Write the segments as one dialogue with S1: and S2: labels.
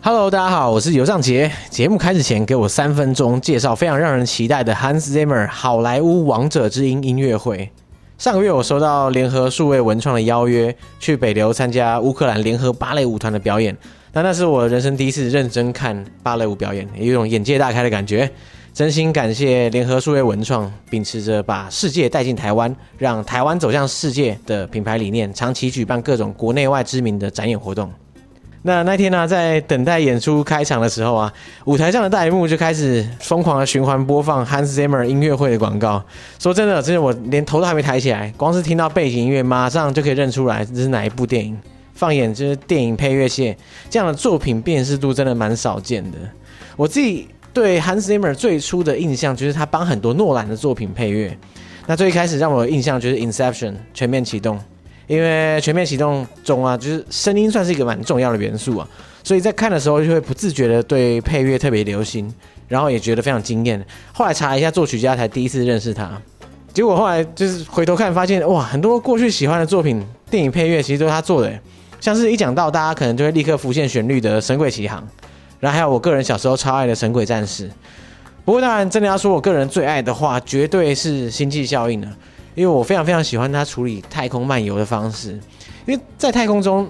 S1: Hello，大家好，我是尤尚杰。节目开始前，给我三分钟介绍非常让人期待的 Hans Zimmer 好莱坞王者之音音乐会。上个月我收到联合数位文创的邀约，去北流参加乌克兰联合芭蕾舞团的表演。那那是我人生第一次认真看芭蕾舞表演，有一种眼界大开的感觉。真心感谢联合数位文创，秉持着把世界带进台湾，让台湾走向世界的品牌理念，长期举办各种国内外知名的展演活动。那那天呢、在等待演出开场的时候啊，舞台上的大荧幕就开始疯狂的循环播放 Hans Zimmer 音乐会的广告。说真的，真的我连头都还没抬起来，光是听到背景音乐，马上就可以认出来这是哪一部电影。放眼就是电影配乐线，这样的作品辨识度真的蛮少见的。我自己对 Hans Zimmer 最初的印象就是他帮很多诺兰的作品配乐。那最一开始让我的印象就是 Inception 全面启动，因为全面启动中啊，就是声音算是一个蛮重要的元素啊，所以在看的时候就会不自觉的对配乐特别留心，然后也觉得非常惊艳。后来查一下作曲家，才第一次认识他。结果后来就是回头看，发现哇，很多过去喜欢的作品，电影配乐其实都是他做的耶。像是一讲到大家可能就会立刻浮现旋律的《神鬼奇航》，然后还有我个人小时候超爱的《神鬼战士》。不过当然，真的要说我个人最爱的话，绝对是《星际效应》了，因为我非常非常喜欢它处理太空漫游的方式。因为在太空中，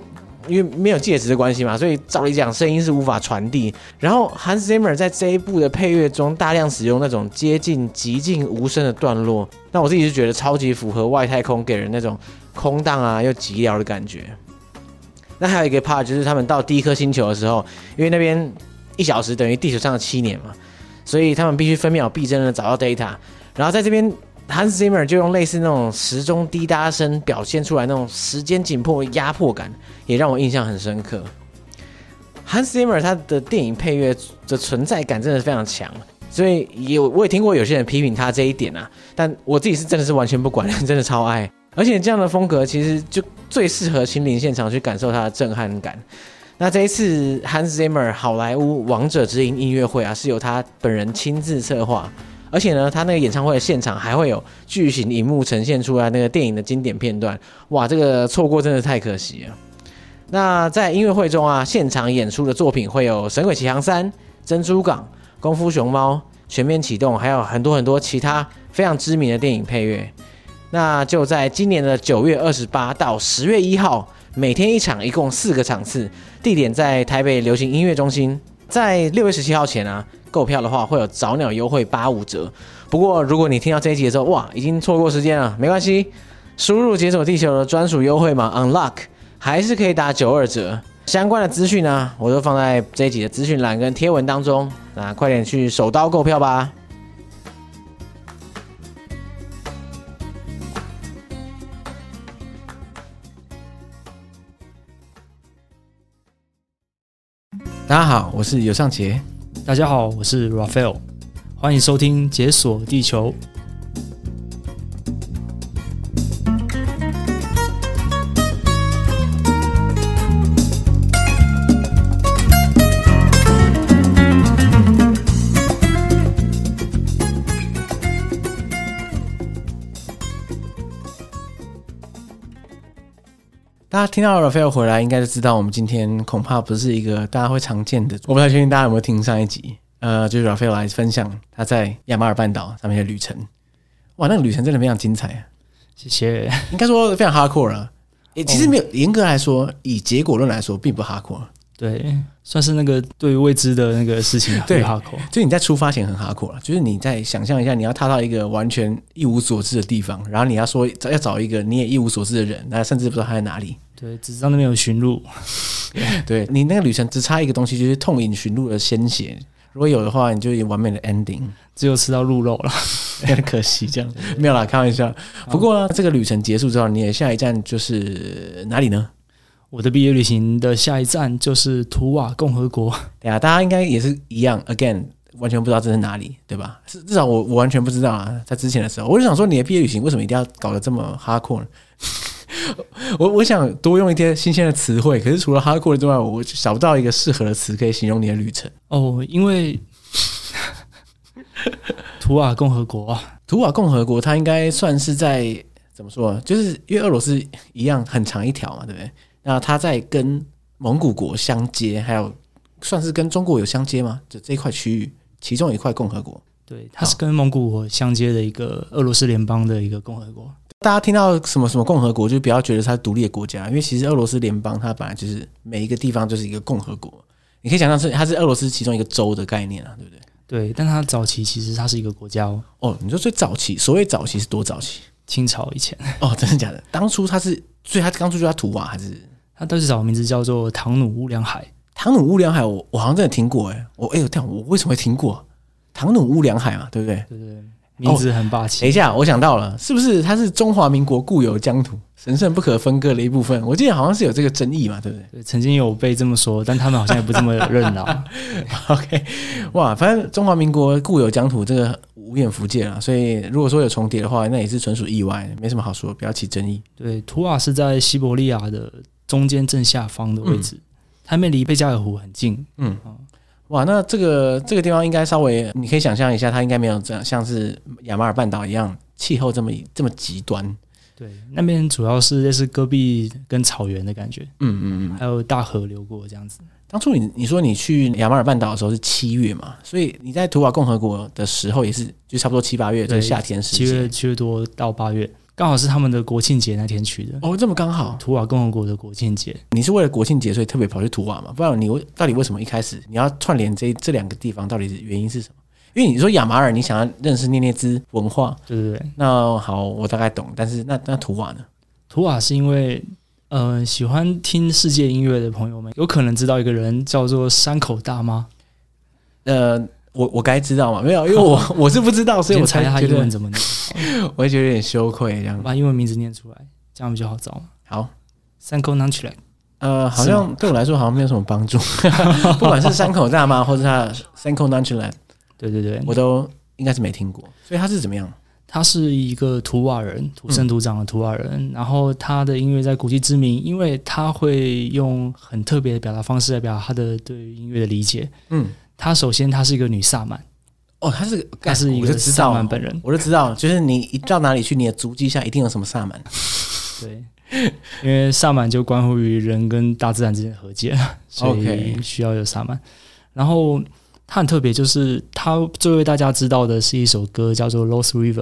S1: 因为没有介质的关系嘛，所以照理讲声音是无法传递。然后 Hans Zimmer 在这一部的配乐中大量使用那种接近极尽无声的段落，那我自己是觉得超级符合外太空给人那种空荡啊又寂寥的感觉。那还有一个 part 就是他们到第一颗星球的时候，因为那边一小时等于地球上的七年嘛，所以他们必须分秒必争的找到 data。然后在这边，Hans Zimmer 就用类似那种时钟滴答声表现出来那种时间紧迫的压迫感，也让我印象很深刻。Hans Zimmer 他的电影配乐的存在感真的是非常强，所以也我也听过有些人批评他这一点啊，但我自己是真的是完全不管，真的超爱。而且这样的风格其实就最适合亲临现场去感受它的震撼感。那这一次 Hans Zimmer 好莱坞王者之音音乐会啊，是由他本人亲自策划，而且呢，他那个演唱会的现场还会有巨型荧幕呈现出来那个电影的经典片段，哇，这个错过真的太可惜了。啊那在音乐会中啊，现场演出的作品会有《神鬼奇航三》《珍珠港》《功夫熊猫》《全面启动》，还有很多很多其他非常知名的电影配乐。那就在今年的九月二十八到十月一号，每天一场，一共四个场次，地点在台北流行音乐中心。在六月十七号前啊，购票的话会有早鸟优惠八五折。不过如果你听到这一集的时候，哇，已经错过时间了，没关系，输入解锁地球的专属优惠码 Unlock，还是可以打九二折。相关的资讯呢，我都放在这一集的资讯栏跟贴文当中，那快点去手刀购票吧。大家好，我是尤尚杰。
S2: 大家好，我是 Raphael，欢迎收听《解锁地球》。
S1: 大家听到 Raphael 回来，应该就知道我们今天恐怕不是一个大家会常见的。我不太确定大家有没有听上一集，呃，就是 Raphael 来分享他在亚马尔半岛上面的旅程。哇，那个旅程真的非常精彩啊！
S2: 谢谢。
S1: 应该说非常 hardcore 啊。也其实没有，严格来说，以结果论来说，并不 hardcore。
S2: 对，算是那个对于未知的那个事情
S1: 对
S2: 很哈口。
S1: 就是你在出发前很 hardcore 啊，就是你在想象一下，你要踏到一个完全一无所知的地方，然后你要说找要找一个你也一无所知的人，那甚至不知道他在哪里。
S2: 对，只知道那边有寻路。
S1: 对你那个旅程只差一个东西，就是痛饮寻路的鲜血。如果有的话，你就有完美的 ending，
S2: 只有吃到鹿肉了。
S1: 很可惜这样。 没有啦，开玩笑。不过啊呢，这个旅程结束之后，你的下一站就是哪里呢？
S2: 我的毕业旅行的下一站就是图瓦共和国。
S1: 对啊，大家应该也是一样，again，完全不知道这是哪里，对吧？是至少我我完全不知道啊，在之前的时候，我就想说，你的毕业旅行为什么一定要搞得这么 hardcore 呢？ 我我想多用一些新鲜的词汇，可是除了 hardcore 之外，我找不到一个适合的词可以形容你的旅程。
S2: 哦，因为 图瓦共和国啊，
S1: 图瓦共和国，它应该算是在怎么说啊？就是因为俄罗斯一样很长一条嘛，对不对？那它在跟蒙古国相接，还有算是跟中国有相接吗？这这一块区域，其中一块共和国。
S2: 对，它是跟蒙古国相接的一个俄罗斯联邦的一个共和国。
S1: 大家听到什么什么共和国，就不要觉得它是独立的国家，因为其实俄罗斯联邦它本来就是每一个地方就是一个共和国，你可以想象是它是俄罗斯其中一个州的概念啊，对不对？
S2: 对，但它早期其实它是一个国家哦，
S1: 哦，你说最早期，所谓早期是多早期？
S2: 清朝以前，
S1: 哦，真的假的？当初它是，所以它当初就叫图瓦还是
S2: 它最早的名字叫做唐努乌梁海。
S1: 唐努乌梁海？我我好像真的听过哎、我哎呦，但我为什么会听过唐努乌梁海嘛？对不对？
S2: 对对对，名字很霸气。
S1: 等一下，我想到了，是不是它是中华民国固有疆土，神圣不可分割的一部分？我记得好像是有这个争议嘛，对不对？
S2: 对，曾经有被这么说，但他们好像也不这么认 啦。
S1: OK，哇，反正中华民国固有疆土这个无远弗届了，所以如果说有重叠的话，那也是纯属意外，没什么好说，不要起争议。
S2: 对，图瓦是在西伯利亚的中间正下方的位置，它们离贝加尔湖很近。
S1: 哇，那这个这个地方应该稍微，你可以想象一下，它应该没有这样像是亚马尔半岛一样气候这么这么极端。
S2: 对，那边主要是类似戈壁跟草原的感觉，
S1: 嗯嗯嗯。
S2: 还有大河流过这样子。
S1: 当初你你说你去亚马尔半岛的时候是七月嘛，所以你在图瓦共和国的时候也是就差不多七八月，就
S2: 对
S1: 是夏天时
S2: 七
S1: 节。
S2: 月七月多到八月，刚好是他们的国庆节那天去的。
S1: 哦，这么刚好，
S2: 图瓦共和国的国庆节，
S1: 你是为了国庆节所以特别跑去图瓦嘛？不然你为到底为什么一开始你要串联这这两个地方？到底是原因是什么？因为你说亚马尔，你想要认识涅涅兹文化，
S2: 对对对，
S1: 那好，我大概懂。但是那那图瓦呢？
S2: 图瓦是因为，呃，喜欢听世界音乐的朋友们有可能知道一个人叫做山口大妈，
S1: 呃，我我该知道嘛？没有，因为 我我是不知道，所以我
S2: 先猜
S1: 才
S2: 他
S1: 觉
S2: 英
S1: 得
S2: 文怎么念，
S1: 我会觉得有点羞愧这样
S2: 我。把英文名字念出来，这样比较好找嘛。
S1: 好，
S2: 山口 n a n c h u
S1: 呃，好
S2: 是吗
S1: 像对我来说好像没有什么帮助， 不管是山口大妈或是他山口 n a n c h u l a
S2: 对对对，
S1: 我都应该是没听过。所以他是怎么样？
S2: 他是一个图瓦人，土生土长的图瓦人。然后他的音乐在国际知名，因为他会用很特别的表达方式来表达他的对于音乐的理解。
S1: 嗯，
S2: 他首先她是一个女萨满，
S1: 哦，他是
S2: 她是一
S1: 我
S2: 个
S1: 就知
S2: 萨
S1: 道
S2: 满
S1: 了
S2: 本人。
S1: 我就知道，就是你一到哪里去，你的足迹下一定有什么萨满。
S2: 对，因为萨满就关乎于人跟大自然之间的和 解，所
S1: OK
S2: 以需要有萨满。然后他很特别，就是他最为大家知道的是一首歌叫做《Lost River》，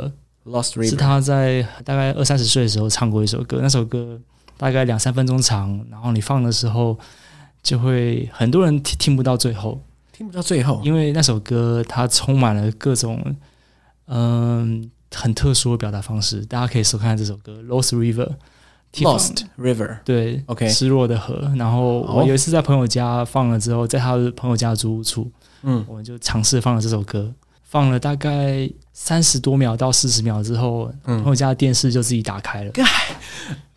S1: Lost
S2: 是
S1: River，
S2: 他在大概二三十岁的时候唱过一首歌，那首歌大概两三分钟长，然后你放的时候就会很多人听听不到最后，
S1: 听不到最后。
S2: 因为那首歌它充满了各种嗯、很特殊的表达方式，大家可以收看这首歌《Lost River》提防
S1: Lost River，
S2: 对
S1: OK
S2: 失落的河。然后
S1: 好
S2: 我有一次在朋友家放了之后，在他的朋友家的租屋处，
S1: 嗯，
S2: 我们就尝试放了这首歌，放了大概三十多秒到四十秒之后，
S1: 嗯
S2: 朋友家的电视就自己打开了，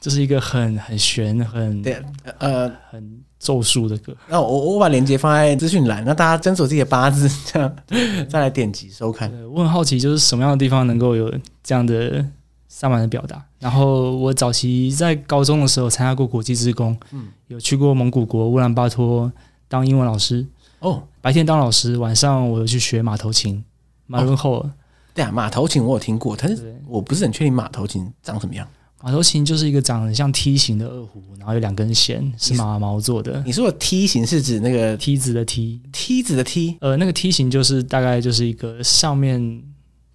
S2: 这是一个很很悬、很
S1: 对，呃，
S2: 很咒术的歌。
S1: 那我我把链接放在资讯栏，那大家斟酌自己的八字，这样再来点击收看。
S2: 对呃我很好奇，就是什么样的地方能够有这样的萨满的表达？然后我早期在高中的时候参加过国际职工，有去过蒙古国乌兰巴托当英文老师，
S1: 哦，
S2: 白天当老师，晚上我有去学马头琴。马伦后，
S1: 对啊，马头琴我有听过，但是
S2: 对
S1: 我不是很确定马头琴长什么样。
S2: 马头琴就是一个长得像梯形的二胡，然后有两根弦，是马毛做的，
S1: 你说的梯形是指那个
S2: 梯子的梯。
S1: 梯子的梯，
S2: 呃，那个梯形就是大概就是一个上面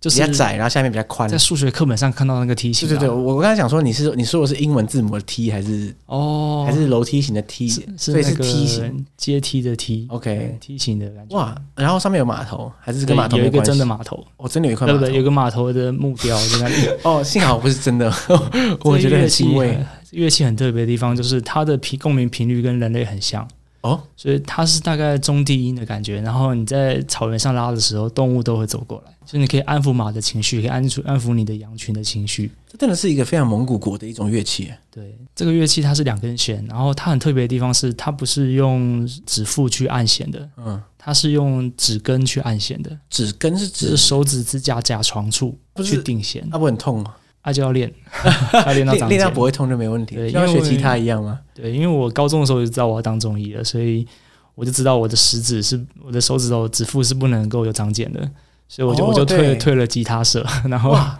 S2: 就
S1: 比
S2: 是
S1: 较窄，然后下面比较宽
S2: 在。数学课本上看到那个梯
S1: 对
S2: 形、啊。
S1: 对对，我我刚才想说你是你说的是英文字母的梯还是
S2: 哦，
S1: 还是楼梯形的梯？
S2: 是
S1: 所以
S2: 那
S1: 是
S2: 个
S1: 梯形。
S2: 阶梯的梯
S1: OK
S2: 对梯形的感觉。
S1: 哇，然后上面有码头，还是
S2: 对，
S1: 跟码头
S2: 有
S1: 没
S2: 一个
S1: 关系？
S2: 真的码头，
S1: 我、真的有一块
S2: 对
S1: 码
S2: 不
S1: 头
S2: 对？有个码头的木雕在那里，
S1: 哦，幸好不是 真的， 我
S2: 这
S1: 觉得
S2: 个乐
S1: 很
S2: 器啊
S1: 欣慰。
S2: 很。乐器很特别的地方就是它的频共鸣频率跟人类很像。
S1: 哦，
S2: 所以它是大概中低音的感觉。然后你在草原上拉的时候，动物都会走过来，所以你可以安抚马的情绪，可以安抚安抚你的羊群的情绪。
S1: 这真的是一个非常蒙古国的一种乐器耶。
S2: 对，这个乐器它是两根弦，然后它很特别的地方是，它不是用指腹去按弦的，
S1: 嗯，
S2: 它是用指根去按弦的，
S1: 指根是
S2: 就是
S1: 指，
S2: 手指指甲甲床处
S1: 不是
S2: 去定弦。
S1: 那、不会很痛吗？
S2: 啊，就要 练，要练到
S1: 练
S2: 长
S1: 练到
S2: 茧
S1: 不。会痛就没问题，
S2: 对
S1: 就像
S2: 因为
S1: 学吉他一样吗？
S2: 对，因为我高中的时候就知道我要当中医了，所以我就知道我的食指是我的手指头指腹是不能够有长茧的，所以我就、
S1: 哦
S2: 我就退
S1: 对
S2: 退了吉他社， 然后
S1: 哇，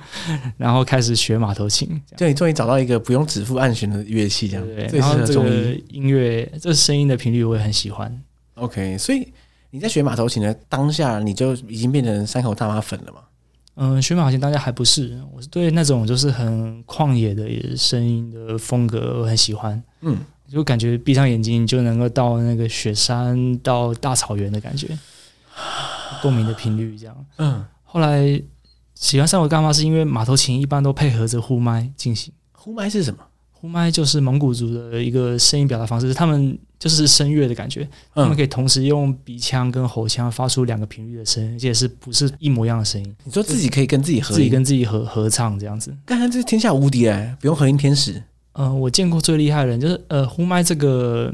S2: 然后开始学马头琴，这样
S1: 对，你终于找到一个不用指腹按弦的乐器，这样
S2: 对不对？
S1: 最
S2: 然
S1: 适
S2: 后
S1: 合
S2: 这
S1: 中
S2: 个
S1: 医。
S2: 音乐这声音的频率我也很喜欢，
S1: OK，所以你在学马头琴的当下，你就已经变成山口大妈粉了嘛？
S2: 嗯，学马好像大家还不是，我是对那种就是很旷野的声音的风格我很喜欢，
S1: 嗯，
S2: 就感觉闭上眼睛就能够到那个雪山到大草原的感觉，共鸣的频率这样。
S1: 嗯，
S2: 后来喜欢上我干妈是因为马头琴一般都配合着呼麦进行，
S1: 呼麦是什么？
S2: 呼麦就是蒙古族的一个声音表达方式，他们就是声乐的感觉，他们
S1: 嗯，
S2: 可以同时用鼻腔跟喉腔发出两个频率的声音，而且是不是一模一样的声音，
S1: 你说自己可以跟自己合
S2: 自己
S1: 音，
S2: 跟自己合合唱这样子。
S1: 刚才这天下无敌哎，不用合音天使。
S2: 嗯，我见过最厉害的人就是呃，呼麦这个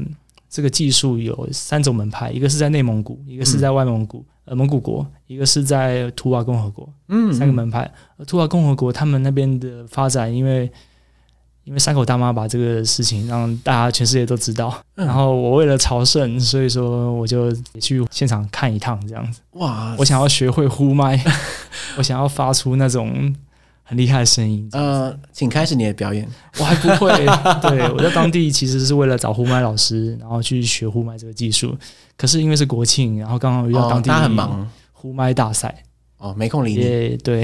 S2: 这个技术有三种门派，一个是在内蒙古，一个
S1: 嗯
S2: 是在外蒙古、呃蒙古国，一个是在图瓦共和国，
S1: 嗯，
S2: 三个门派。呃图瓦共和国他们那边的发展，因为因为山口大妈把这个事情让大家全世界都知道，
S1: 嗯
S2: 然后我为了朝圣，所以说我就也去现场看一趟这样子。
S1: 哇，
S2: 我想要学会呼麦， 我想要发出那种很厉害的声音。
S1: 呃，请开始你的表演。
S2: 我还不会。对，我在当地其实是为了找呼麦老师，然后去学呼麦这个技术。可是因为是国庆，然后刚好遇到
S1: 哦
S2: 当地、
S1: 大家很忙
S2: 呼麦大赛，
S1: 哦，没空理你。
S2: 也对，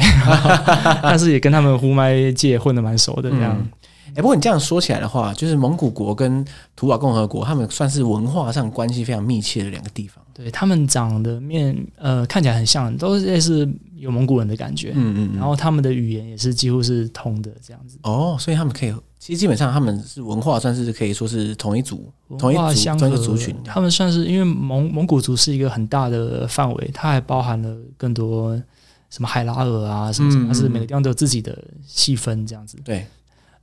S2: 但是也跟他们呼麦界混得蛮熟的这样。
S1: 嗯哎、不过你这样说起来的话，就是蒙古国跟图瓦共和国，他们算是文化上关系非常密切的两个地方。
S2: 对他们长得面呃看起来很像，都是类似有蒙古人的感觉。
S1: 嗯嗯
S2: 然
S1: 嗯。
S2: 后他们的语言也是几乎是通的这样子，
S1: 哦，所以他们可以，其实基本上他们是文化，算是可以说是同一组，同
S2: 文
S1: 一
S2: 化
S1: 族
S2: 相
S1: 同一个
S2: 合
S1: 族群
S2: 他们算是因为蒙蒙古族是一个很大的范围，它还包含了更多什么海拉尔啊什么什
S1: 嗯
S2: 么，它是
S1: 嗯
S2: 每个地方都有自己的细分这样子。
S1: 对，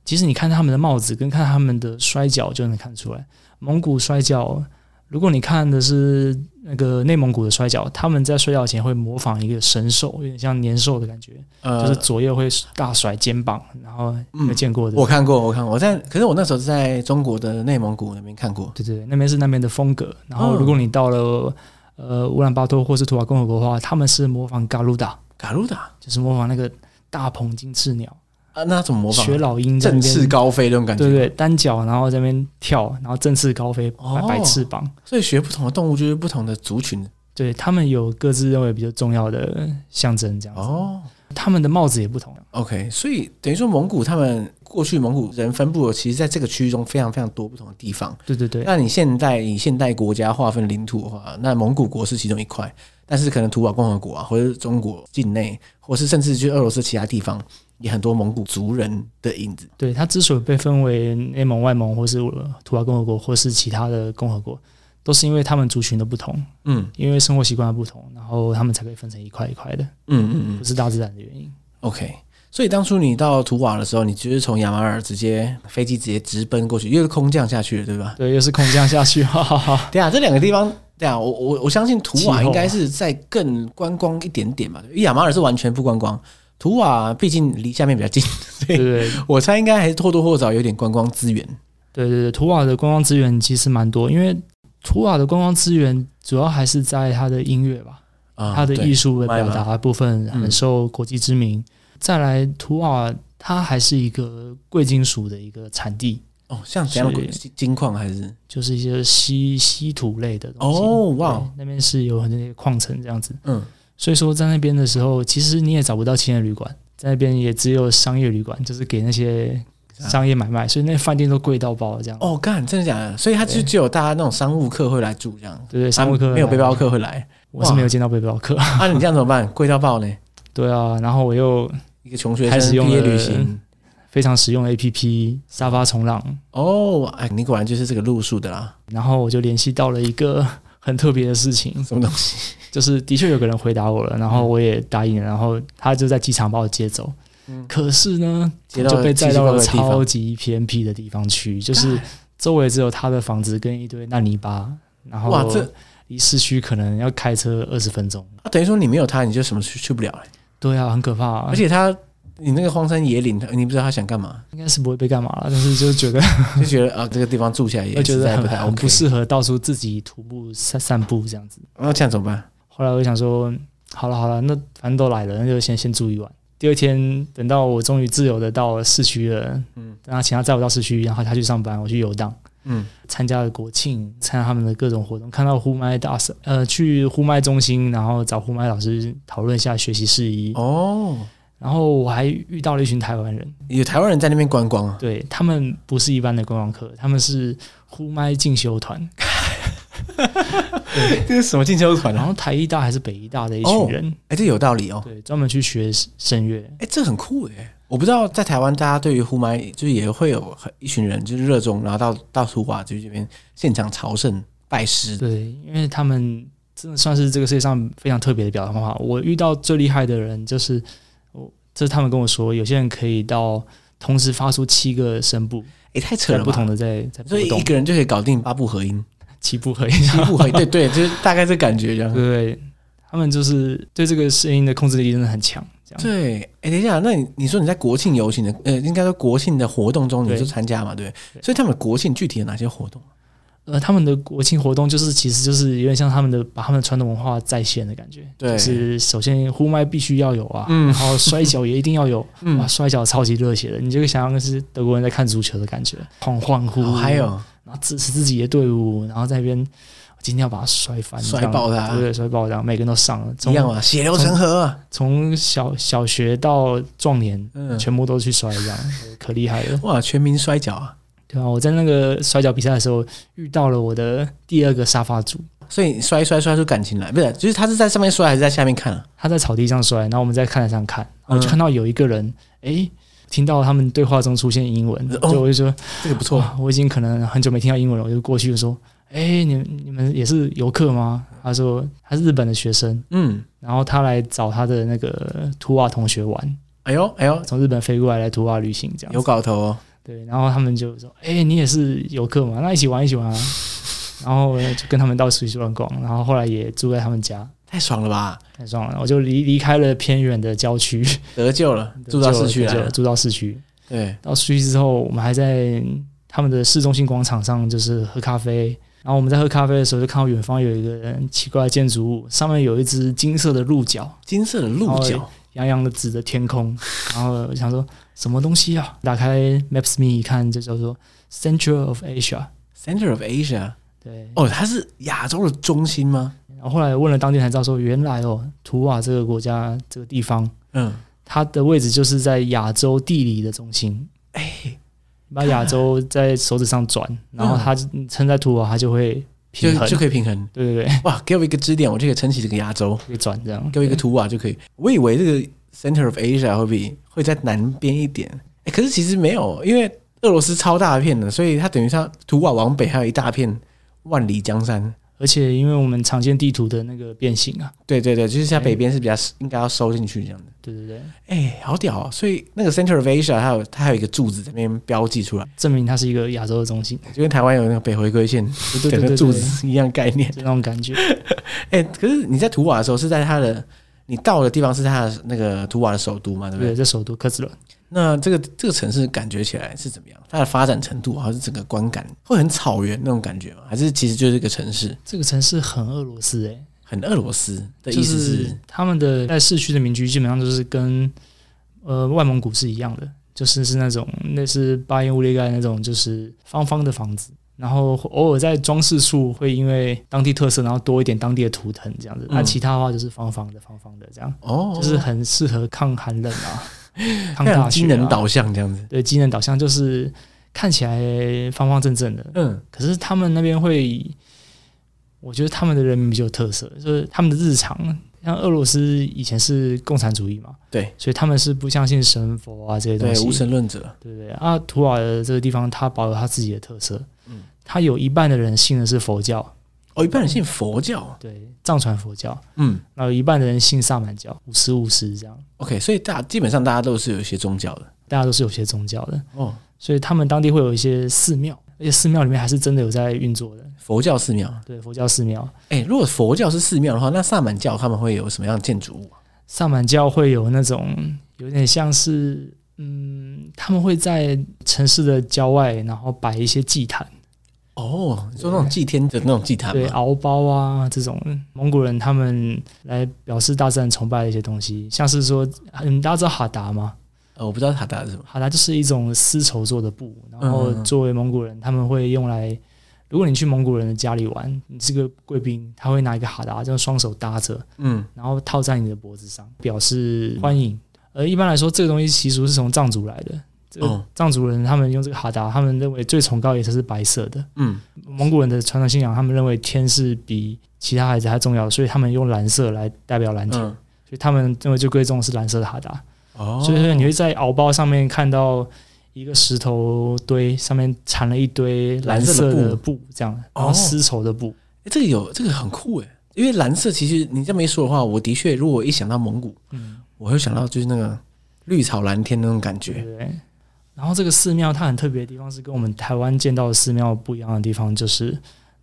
S2: 其实你看他们的帽子跟看他们的摔跤就能看出来，蒙古摔跤，如果你看的是那个内蒙古的摔跤，他们在摔跤前会模仿一个神兽，有点像年兽的感觉，
S1: 呃，嗯
S2: 就是左右会大甩肩膀，然后你有见过的。
S1: 我看过，我看过，我在，可是我那时候是在中国的内蒙古那边看过。
S2: 对对，对那边是那边的风格。然后
S1: 嗯
S2: 如果你到了、呃乌兰巴托或是图瓦共和国的话，他们是模仿嘎鲁达，
S1: 嘎鲁达
S2: 就是模仿那个大鹏金翅鸟、
S1: 啊，那怎么模仿？
S2: 雪老鹰在那
S1: 振翅
S2: 边，
S1: 高飞那种感觉。
S2: 对对，单脚然后在那边跳，然后振翅高飞，
S1: 哦
S2: 摆摆翅膀。
S1: 所以学不同的动物就是不同的族群。
S2: 对他们有各自认为比较重要的象征，这样子。
S1: 哦
S2: 他们的帽子也不同，
S1: ，OK，所以等于说蒙古他们过去蒙古人分布的，其实在这个区域中非常非常多不同的地方。
S2: 对对对，
S1: 那你现在以现代国家划分领土的话，那蒙古国是其中一块，但是可能土瓦共和国啊，或者是中国境内，或是甚至去俄罗斯其他地方，也很多蒙古族人的影子。
S2: 对它之所以被分为内蒙、外蒙，或是呃图瓦共和国，或是其他的共和国，都是因为他们族群的不同，
S1: 嗯
S2: 因为生活习惯的不同，然后他们才被分成一块一块的。
S1: 嗯嗯嗯
S2: 不是大自然的原因。
S1: ，OK。所以当初你到图瓦的时候，你就是从亚马尔直接飞机直接直奔过去，因为是空降下去了，对吧？
S2: 对，又是空降下去，哈哈 哈。
S1: 对啊，这两个地方，对啊，我我我相信图
S2: 气候
S1: 瓦
S2: 啊
S1: 应该是在更观光一点点嘛，因为亚马尔是完全不观光，图瓦毕竟离下面比较近，
S2: 对对
S1: 我猜应该还是或多或少有点观光资源。
S2: 对对对，图瓦的观光资源其实蛮多，因为图瓦的观光资源主要还是在它的音乐吧，
S1: 啊，
S2: 它的
S1: 对
S2: 艺术的
S1: 麦
S2: 表
S1: 嘛
S2: 达部分
S1: 嗯
S2: 很受国际知名。再来，图瓦它还是一个贵金属的一个产地，
S1: 哦，像怎样的
S2: 是
S1: 鬼金金矿还是
S2: 就是一些稀稀土类的东西。
S1: 哦哇
S2: 对，那边是有很多那些矿层这样子，
S1: 嗯
S2: 所以说在那边的时候，其实你也找不到青年旅馆，在那边也只有商业旅馆，就是给那些商业买卖，所以那饭店都贵到爆这样。
S1: 啊哦干真的假的？所以他就
S2: 对
S1: 只有大家那种商务客会来住这样，
S2: 对对，商务客
S1: 啊没有背包，客会来。
S2: 我是没有见到背包 客。
S1: 啊，你这样怎么办？贵到爆呢！
S2: 对啊，然后我又
S1: 一个穷学
S2: 开
S1: 生
S2: 始用
S1: 毕业
S2: 了
S1: 旅行。
S2: 非常实用的 APP 沙发冲浪，
S1: 哦，哎，你果然就是这个路数的啦，
S2: 然后我就联系到了一个很特别的事情，
S1: 什么东西？
S2: 就是的确有个人回答我了，然后我也答应了，然后他就在机场把我接走。
S1: 嗯
S2: 可是呢，
S1: 接到
S2: 就被载到了
S1: 奇奇怪怪的地方
S2: 超级偏僻的地方去，就是周围只有他的房子跟一堆烂泥巴，然后
S1: 哇这
S2: 离市区可能要开车二十分钟。
S1: 啊，等于说你没有他，你就什么去去不了、欸。
S2: 对啊，很可怕、
S1: 而且他，你那个荒山野岭，你不知道他想干 嘛，
S2: 应该是不会被干嘛了，但是就觉得
S1: 就觉得啊，这个地方住起来 也
S2: 会觉
S1: 实
S2: 得
S1: 在
S2: 很
S1: 不太
S2: 很
S1: OK。
S2: 不适合到处自己徒步散散步这样子。
S1: 那这样怎么办？
S2: 后来我就想说，好了好了，那反正都来了，那就先先住一晚。第二天等到我终于自由的到市区了，嗯，让他请他载我到市区，然后他去上班，我去游荡。
S1: 嗯，
S2: 参加了国庆，参加他们的各种活动，看到呼麦大师，呃，去呼麦中心，然后找呼麦老师讨论一下学习事宜。
S1: 哦，
S2: 然后我还遇到了一群台湾人，
S1: 有台湾人在那边观光啊，
S2: 对他们不是一般的观光客，他们是呼麦进修团，
S1: 这是什么进修团
S2: 然
S1: 啊？
S2: 后台艺大还是北艺大的一
S1: 哦
S2: 群人，
S1: 哎，这有道理哦，
S2: 对，专门去学声乐。
S1: 哎，这很酷哎。我不知道在台湾，大家对于呼麦就是也会有很一群人就是热衷，然后到到苏瓦就这边现场朝圣拜师。
S2: 对，因为他们真的算是这个世界上非常特别的表达方法。我遇到最厉害的人就是我，这是他们跟我说，有些人可以到同时发出七个声部，
S1: 哎，太扯
S2: 在
S1: 了
S2: 不
S1: 吧！
S2: 同的在在
S1: 所
S2: 波
S1: 以一
S2: 动，
S1: 个人就可以搞定八部合音，
S2: 七步合一
S1: 七部合音，对对，就是大概这感觉这样。
S2: 对，他们就是对这个声音的控制力真的很强。这样
S1: 对，哎、等一下，那你你说你在国庆游行的，呃，应该说国庆的活动中，你
S2: 对
S1: 就参加嘛，对不对？
S2: 对
S1: 所以他们国庆具体有哪些活动？
S2: 呃，他们的国庆活动就是其实就是有点像他们的把他们的传统文化再现的感觉。
S1: 对
S2: 就是首先呼麦必须要有啊，
S1: 嗯
S2: 然后摔跤也一定要有，
S1: 嗯
S2: 哇，摔跤超级热血的，你这个想象是德国人在看足球的感觉，狂欢呼，
S1: 哦，还，有
S2: 然后支持自己的队伍，然后在那边哦今天要把它摔翻，
S1: 摔
S2: 这样
S1: 爆它
S2: 对对，摔爆它，每个人都上了，
S1: 一
S2: 从
S1: 样嘛，啊血流成河、啊，
S2: 从小小学到壮年，
S1: 嗯，
S2: 全部都去 摔，这样对可厉害了，
S1: 哇，全民摔跤啊！
S2: 对啊，我在那个摔跤比赛的时候遇到了我的第二个沙发主，
S1: 所以摔一摔摔出感情来，不是？就是他是在上面摔还是在下面看啊？
S2: 他在草地上摔，然后我们在看台上看，然后我就
S1: 嗯
S2: 看到有一个人，诶，听到他们对话中出现英文，
S1: 哦
S2: 就我就说。
S1: 这个不错，
S2: 哇我已经可能很久没听到英文了，我就过去就说：“哎、你你们也是游客吗？”他说：“他是日本的学生，
S1: 嗯，
S2: 然后他来找他的那个图瓦同学玩，
S1: 哎呦哎呦，
S2: 从日本飞过来来图瓦旅行这样
S1: 有
S2: 子。
S1: 搞头哦，”
S2: 对，然后他们就说：“哎、你也是游客吗？那一起玩一起玩 啊。”然后我就跟他们到处去乱逛，然后后来也住在他们家，
S1: 太爽了吧！
S2: 太爽了！我就离离开了偏远的郊区，
S1: 得救了， 住到市区来啊
S2: 就就
S1: 了，
S2: 住到市区。
S1: 对，
S2: 到市区之后，我们还在他们的市中心广场上就是喝咖啡。然后我们在喝咖啡的时候，就看到远方有一个很奇怪的建筑物，上面有一只金色的鹿角，
S1: 金色的鹿角，
S2: 洋洋的指着天空。然后我想说什么东西啊？打开 Maps Me 一看，就叫做 Central of Asia。
S1: Center of Asia，
S2: 对，
S1: 哦，它是亚洲的中心吗？
S2: 然后后来问了当地人才知道说，原来哦，图瓦这个国家这个地方，
S1: 嗯，
S2: 它的位置就是在亚洲地理的中心。
S1: 哎，
S2: 把亚洲在手指上转，然后它撑在土瓦，它就会
S1: 就
S2: 平衡。
S1: 就可以平 衡。
S2: 对对对，
S1: 哇，给我一个支点，我就可以撑起这个亚洲；
S2: 可以转这样。
S1: 给我一个图瓦就可以。我以为这个 Center of Asia 会比会在南边一点、诶可是其实没有，因为俄罗斯超大片的，所以它等于它图瓦往北还有一大片万里江山。
S2: 而且因为我们常见地图的那个变形啊，
S1: 对对对，就是它北边是比较应该要收进去这样的。
S2: 对对对，
S1: 哎、好屌哦！所以那个 Center of Asia 它有它还有一个柱子在那边标记出来，
S2: 证明它是一个亚洲的中心，
S1: 就跟台湾有那个北回归线
S2: 对
S1: 整
S2: 对 对
S1: 个
S2: 对
S1: 柱
S2: 对，
S1: 子一样概念。
S2: 就那种感觉。
S1: 哎、可是你在图瓦的时候是在它的，你到的地方是它的那个图瓦的首都嘛，对不对
S2: 对，？在首都科兹伦，
S1: 那这个这个城市感觉起来是怎么样？它的发展程度还是整个观感会很草原那种感觉吗？还是其实就是一个城市
S2: 这个城市很俄罗斯欸诶、
S1: 很俄罗斯的
S2: 就
S1: 意思是？
S2: 是他们的在市区的民居基本上都是跟呃外蒙古是一样的，就是是那种类似巴彦乌列盖那种，就是方方的房子。然后偶尔在装饰处会因为当地特色，然后多一点当地的图腾这样子。那、
S1: 嗯
S2: 其他的话就是方方的、方方的这样，
S1: 哦，
S2: 就是很适合抗寒 冷啊，抗
S1: 非
S2: 大
S1: 常机
S2: 雪、啊。
S1: 能导向这样子。
S2: 对机能导向就是看起来方方正正的，
S1: 嗯，
S2: 可是他们那边会，我觉得他们的人民比较有特色，就是他们的日常。像俄罗斯以前是共产主义嘛，
S1: 对，
S2: 所以他们是不相信神佛啊这些东
S1: 对，
S2: 西，
S1: 无神论者。
S2: 对不对？啊，土瓦的这个地方，它保有它自己的特色，
S1: 嗯
S2: 它有一半的人信的是佛教，
S1: 哦，一般人信佛教。
S2: 对，藏传佛教，
S1: 嗯
S2: 然后有一半的人信萨满教，五十五十这样，
S1: ，OK，所以大基本上大家都是有一些宗教的。
S2: 大家都是有些宗教的，
S1: 哦，
S2: 所以他们当地会有一些寺庙，而且寺庙里面还是真的有在运作的，
S1: 佛教寺庙。
S2: 对，佛教寺庙，
S1: 哎、如果佛教是寺庙的话，那萨满教他们会有什么样的建筑物啊？
S2: 萨满教会有那种有点像是，嗯，他们会在城市的郊外，然后摆一些祭坛，
S1: 哦，你说那种祭天的那种祭坛
S2: 对，
S1: 吗？
S2: 敖包啊这种蒙古人他们来表示大自然崇拜的一些东西，像是说，嗯，大家知道哈达吗？
S1: 呃，我不知道塔达是什么。
S2: 好啦，就是一种丝绸做的布，然后作为蒙古人，他们会用来。如果你去蒙古人的家里玩，你是个贵宾，他会拿一个哈达，这样双手搭着，
S1: 嗯，
S2: 然后套在你的脖子上，表示欢迎。而一般来说，这个东西习俗是从藏族来的。这
S1: 哦
S2: 个藏族人他们用这个哈达，他们认为最崇高也就是白色的。
S1: 嗯，
S2: 蒙古人的传统信仰，他们认为天是比其他孩子还重要的，所以他们用蓝色来代表蓝天，
S1: 嗯
S2: 所以他们认为最贵重的是蓝色的哈达。
S1: 哦
S2: 所以说你会在敖包上面看到一个石头堆，上面缠了一堆蓝色
S1: 蓝色的哦
S2: 的布，这样，然后丝绸的布。
S1: 诶这个有这个很酷诶，因为蓝色其实你这么一说的话，我的确如果一想到蒙古，
S2: 嗯，
S1: 我会想到就是那个绿草蓝天那种感
S2: 对
S1: 觉。
S2: 对。然后这个寺庙它很特别的地方是跟我们台湾见到的寺庙不一样的地方，就是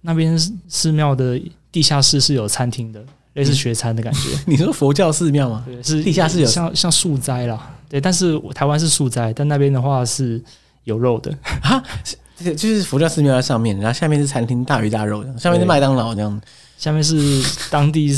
S2: 那边寺庙的地下室是有餐厅的，类似学餐的感觉。
S1: 你说佛教寺庙吗？
S2: 对，是
S1: 嗯地下室有
S2: 像像素斋啦，对，但是台湾是素斋，但那边的话是有肉的，
S1: 就是就是佛教寺庙在上面，然后下面是餐厅大鱼大肉这样，上面是
S2: 对
S1: 麦当劳这样。
S2: 下面是当地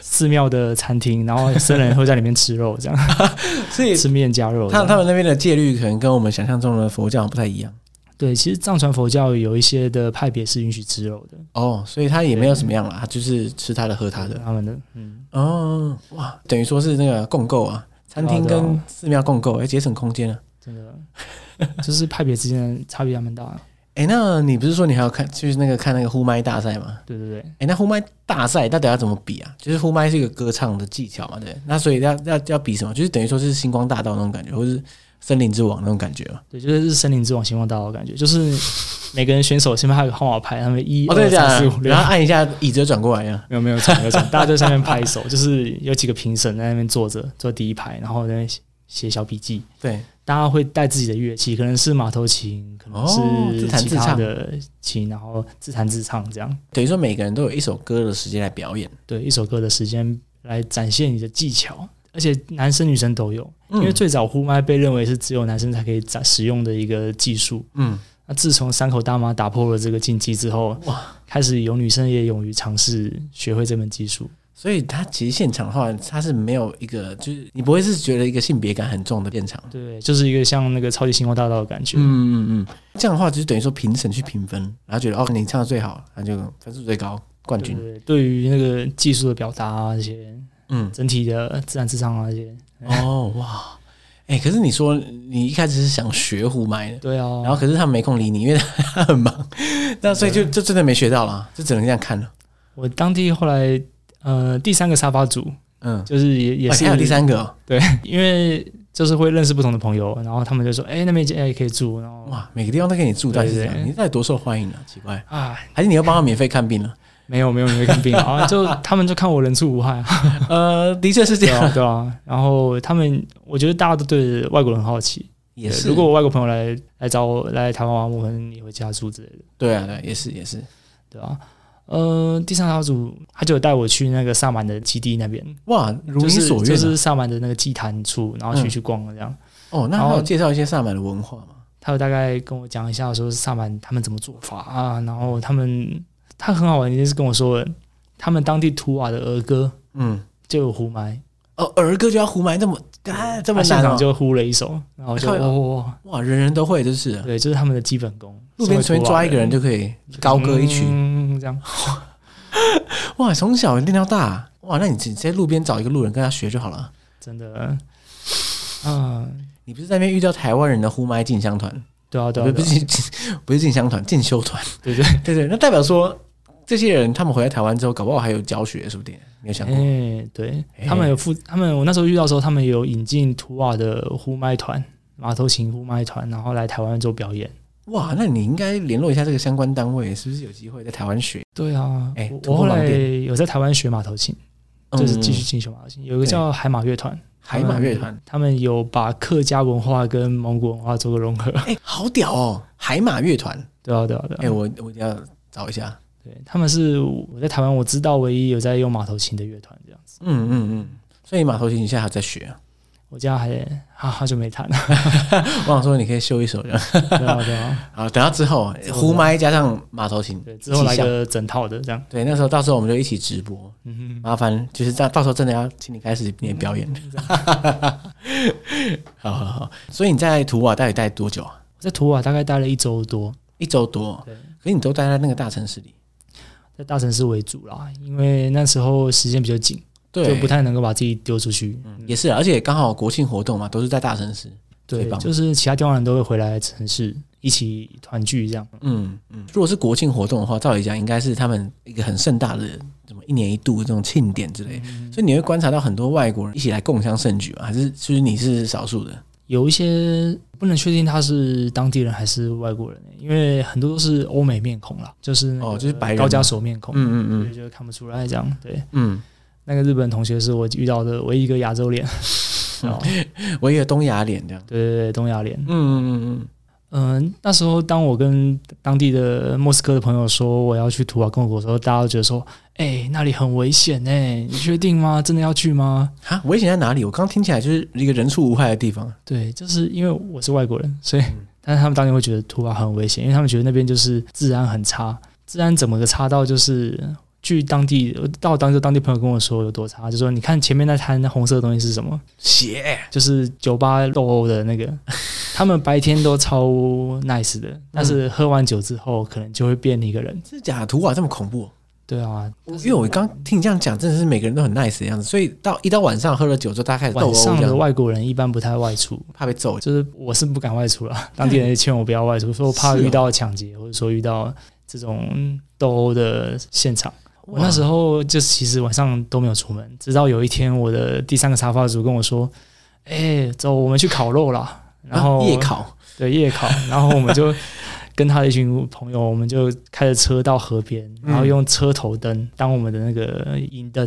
S2: 寺庙的餐厅，然后僧人会在里面吃肉，这样
S1: 所以
S2: 吃面加肉这
S1: 他
S2: 样。
S1: 他们那边的戒律可能跟我们想象中的佛教不太一样
S2: 对，其实藏传佛教有一些的派别是允许吃肉的，
S1: 哦，所以他也没有什么样啦，他就是吃他的喝他的
S2: 他们的嗯，
S1: 哦，哇，等于说是那个共购啊，餐厅
S2: 对啊对
S1: 跟
S2: 啊
S1: 寺庙共购，哎，节省空间啊。
S2: 真的 就是派别之间的差别还蛮大的。
S1: 哎，那你不是说你还要看，就是那个看那个呼麦大赛吗？
S2: 对对对，
S1: 哎，那呼麦大赛到底要怎么比啊？就是呼麦是一个歌唱的技巧嘛，对不对。那所以要要要比什么？就是等于说是星光大道那种感觉，或是森林之王那种感觉嘛。
S2: 对，就是森林之王星光大道的感觉，就是每个人选手前面还有个号码牌，他们一、
S1: 哦，
S2: 二、
S1: 对，这样
S2: 三、四、
S1: 啊
S2: 五、，六
S1: 然。后按一下椅子就转过来啊呀。
S2: 没有没有错没有错，大家在上面拍手，就是有几个评审在那边坐着，坐第一排，然后在那边写写小笔记，
S1: 对，
S2: 大家会带自己的乐器，可能是马头琴，可能
S1: 哦自
S2: 是
S1: 弹
S2: 其
S1: 自
S2: 他
S1: 唱
S2: 的琴，然后自弹自唱这样。
S1: 等于说每个人都有一首歌的时间来表演。
S2: 对，一首歌的时间来展现你的技巧，而且男生女生都有，
S1: 嗯
S2: 因为最早呼麦被认为是只有男生才可以展使用的一个技术。
S1: 嗯，
S2: 那自从山口大妈打破了这个禁忌之后，
S1: 哇，
S2: 开始有女生也勇于尝试学会这门技术。
S1: 所以他其实现场的话，他是没有一个，就是你不会是觉得一个性别感很重的现场。
S2: 对，就是一个像那个超级星光大道的感
S1: 嗯
S2: 觉。
S1: 嗯嗯，这样的话就是等于说评审去评分，然后觉得哦你唱的最好，那就分数最高，冠
S2: 对
S1: 军。
S2: 对，对于那个技术的表达啊，这些
S1: 嗯，
S2: 整体的自弹自唱啊，这些，
S1: 哦哇，哎、可是你说你一开始是想学胡麦的，
S2: 对啊。
S1: 然后可是他没空理你，因为他很忙，那所以就就真的没学到啦，就只能这样看了。
S2: 我当地后来呃第三个沙发组
S1: 嗯，
S2: 就是也也
S1: 哦
S2: 是、
S1: 还有第，三个哦、
S2: 因为就是会认识不同的朋友，然后他们就说哎、那边也可以住，然后
S1: 哇，每个地方都给你住，
S2: 对
S1: 但是这
S2: 对
S1: 样，你到底多受欢迎啊？奇怪，
S2: 啊
S1: 还是你要帮他免费看病了？
S2: 没有没有没有 看病啊，然后就他们就看我人畜无害啊，
S1: 呃，的确是这
S2: 对
S1: 样，
S2: 啊对啊，然后他们我觉得大家都对外国人很好奇，
S1: 也
S2: 对
S1: 是。
S2: 如果我外国朋友来来找我来台湾玩，我可能也会加住之类的，
S1: 对啊，对啊，也是也是，
S2: 对啊。呃，第三个小组他就有带我去那个萨满的基地那边，
S1: 哇，如
S2: 就
S1: 你
S2: 是
S1: 所愿、啊
S2: 就是萨满的那个祭坛处，然后去
S1: 嗯
S2: 去逛了这样。
S1: 哦，那
S2: 然
S1: 还
S2: 后
S1: 有介绍一些萨满的文化吗？
S2: 他有大概跟我讲一下，说是萨满他们怎么做法啊，然后他们他很好玩，一件事跟我说，他们当地图瓦的儿歌
S1: 嗯，
S2: 就有呼麦，
S1: 哦，儿歌就要胡埋这么，啊，这么
S2: 他现
S1: 难、
S2: 场
S1: 哦、
S2: 就呼了一首，然后我就
S1: 靠
S2: 哇、
S1: 呀
S2: 哦，
S1: 哇，人人都会就是了
S2: 对，就是他们的基本功。
S1: 路边随便抓一个人就可以高歌一曲，
S2: 嗯，这样
S1: 哇，从小练到大，哇，那你直接路边找一个路人跟他学就好了。
S2: 真的，啊，
S1: 你不是在那边遇到台湾人的呼麦进香团，
S2: 对啊，对
S1: 不是不
S2: 啊，对啊
S1: 是进 不是进香团，进修 团，
S2: 对对，
S1: 对对，那代表说这些人他们回来台湾之后，搞不好还有教学，说不定你有想过？
S2: 哎，对
S1: 哎
S2: 他们有附，他们我那时候遇到的时候，他们有引进图瓦的呼麦团，马头琴呼麦团，然后来台湾做表演。
S1: 哇，那你应该联络一下这个相关单位，是不是有机会在台湾学？
S2: 对啊，
S1: 哎
S2: 我
S1: 突
S2: 我
S1: 破
S2: 后
S1: 盲
S2: 来
S1: 点
S2: 有在台湾学马头琴，就是继续
S1: 嗯
S2: 进修马头琴。有一个
S1: 对
S2: 叫海马乐团，
S1: 海马乐
S2: 他
S1: 团
S2: 们，，他们有把客家文化跟蒙古文化做个融合。
S1: 哎、好屌哦！海马乐团，
S2: 对啊，对啊，对
S1: 哎、
S2: 啊，
S1: 我我一定要找一下。
S2: 对，他们是我在台湾我知道唯一有在用马头琴的乐团这样子。
S1: 嗯嗯嗯，所以马头琴你现在还在学 啊？
S2: 我家还啊好久没弹了，
S1: 我想说你可以修一首这样。
S2: 对啊，对啊，
S1: 好，等到之后
S2: 之后
S1: 胡麦加上马头琴，
S2: 对，之后来
S1: 一起上
S2: 个整套的这样。
S1: 对，那时候到时候我们就一起直播，
S2: 嗯哼，
S1: 麻烦就是到到时候真的要请你开始你的表演。好好好，所以你在图瓦到底待多久啊？
S2: 在图瓦大概待了一周多，
S1: 一周多啊
S2: 对，
S1: 可是你都待在那个大城市里，
S2: 在大城市为主啦，因为那时候时间比较紧，就
S1: 对，
S2: 不太能够把自己丢出去。
S1: 也是啊，而且刚好国庆活动嘛，都是在大城市。最
S2: 对
S1: 棒，
S2: 就是其他地方人都会回来城市一起团聚这样。
S1: 嗯嗯，如果是国庆活动的话，照理讲应该是他们一个很盛大的，什么一年一度的这种庆典之类
S2: 嗯
S1: 的，所以你会观察到很多外国人一起来共襄盛举嘛？还是就是你是少数的？
S2: 有一些不能确定他是当地人还是外国人、欸因为很多都是欧美面孔啦，就是那个
S1: 哦就是白人嘛
S2: 高加索面孔，
S1: 嗯
S2: 所
S1: 嗯
S2: 以就看不出来这样。对，
S1: 嗯
S2: 那个日本同学是我遇到的唯一一个亚洲脸，哦
S1: 嗯，我一个东亚脸这样。
S2: 对对对，东亚脸。
S1: 嗯嗯嗯
S2: 嗯、那时候当我跟当地的莫斯科的朋友说我要去图瓦共和国的时候，大家都觉得说：“哎、那里很危险哎、你确定吗？真的要去吗
S1: 嗯，啊，危险在哪里？我刚听起来就是一个人畜无害的地方。？”
S2: 对，就是因为我是外国人，所以但是他们当年会觉得图瓦很危险，因为他们觉得那边就是治安很差，治安怎么个差到就是。据当地到当地当地朋友跟我说有多差，就说你看前面那摊红色的东西是什么？
S1: 血，
S2: 就是酒吧斗殴的 那个，他们白天都超 nice 的，但是喝完酒之后可能就会变一个人。
S1: 真的假的？图瓦这么恐怖哦、
S2: 对啊，
S1: 因为我刚听你这样讲，真的是每个人都很 nice 的样子，所以到一到晚上喝了酒之后，大家开始斗
S2: 晚
S1: 殴这
S2: 上的
S1: 样，
S2: 外国人一般不太外出，
S1: 怕被揍。
S2: 就是我是不敢外出了，当地人也劝我不要外出，说我怕
S1: 是哦
S2: 遇到抢劫，或者说遇到这种斗殴的现场。我
S1: 哇
S2: 那时候就是其实晚上都没有出门，直到有一天我的第三个茶发组跟我说：“哎、走，我们去烤肉啦。”然后、
S1: 啊夜烤，
S2: 对 夜考，然后我们就跟他的一群朋友，我们就开着车到河边，
S1: 嗯
S2: 然后用车头灯当我们的那个引灯，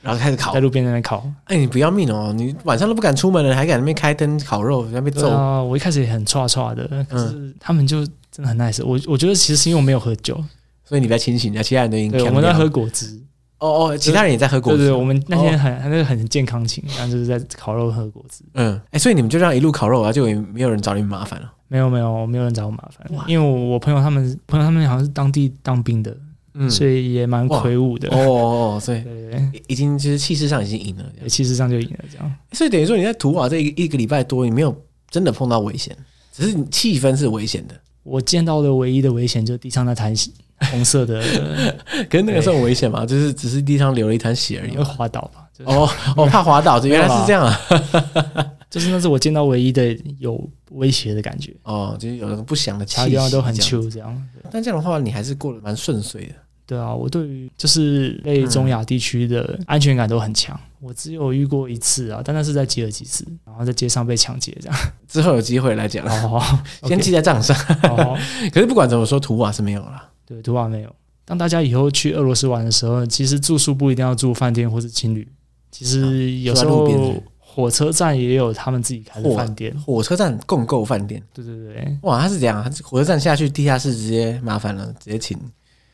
S1: 然后开始烤
S2: 在。路边那边烤。
S1: 哎、你不要命哦！你晚上都不敢出门了，还敢在那边开灯烤肉，在那边
S2: 对
S1: 揍。
S2: 啊，我一开始也很歘歘
S1: 嗯
S2: 的，可是他们就真的很 nice。我我觉得其实是因为我没有喝酒，
S1: 所以你比较清醒，啊，其他人都已经
S2: 对，我
S1: 呛
S2: 们在
S1: 掉
S2: 喝果汁，
S1: 哦哦，其他人也在喝果
S2: 对
S1: 汁。哦
S2: 对，我们那天很那个很健康情，然后就是在烤肉喝果汁。
S1: 嗯，哎、所以你们就这样一路烤肉，啊，就也没有人找你们麻烦了。
S2: 没有没有，没有人找我麻烦
S1: 哇，
S2: 因为我我朋友他们朋友他们好像是当地当兵的，
S1: 嗯，
S2: 所以也蛮
S1: 哇
S2: 魁梧的
S1: 哦。哦哦，所以
S2: 对对对
S1: 已已经就是气势上已经赢了。这
S2: 对，
S1: 样
S2: 气势上就赢了这样。
S1: 所以等于说你在图瓦这一一个礼拜多，你没有真的碰到危险，只是你气氛是危险的。
S2: 我见到的唯一的危险就是地上那滩血红色的，
S1: 可是那个时候危险嘛，就是只是地上流了一滩血而
S2: 你
S1: 已
S2: 会。呃滑倒吧？ 就是
S1: 哦 哦，怕滑倒，原来是这样啊！
S2: 就是那是我见到唯一的有威胁的感觉，
S1: 哦，就是有那种不祥的
S2: 其
S1: 气
S2: 他
S1: 息，
S2: 地方都很
S1: 这样。
S2: chill 这样。
S1: 但这样的话，你还是过得蛮顺遂的。
S2: 对啊，我对于就是类中亚地区的安全感都很强。我只有遇过一次啊，但那是在吉尔吉斯，然后在街上被抢劫 这样。
S1: 之后有机会来讲，
S2: 哦，
S1: 先记在账上。
S2: 哦，
S1: 可是不管怎么说，图瓦是没有啦。
S2: 对， 图瓦没有。当大家以后去俄罗斯玩的时候，其实住宿不一定要住饭店或是情侣，其实有时
S1: 住在路边是不
S2: 候
S1: 是
S2: 火车站也有他们自己开的
S1: 嚯
S2: 饭店。
S1: 火车站共购饭店，
S2: 对对对，
S1: 哇，他是这样啊，它是火车站下去地下室直接麻烦了，直接请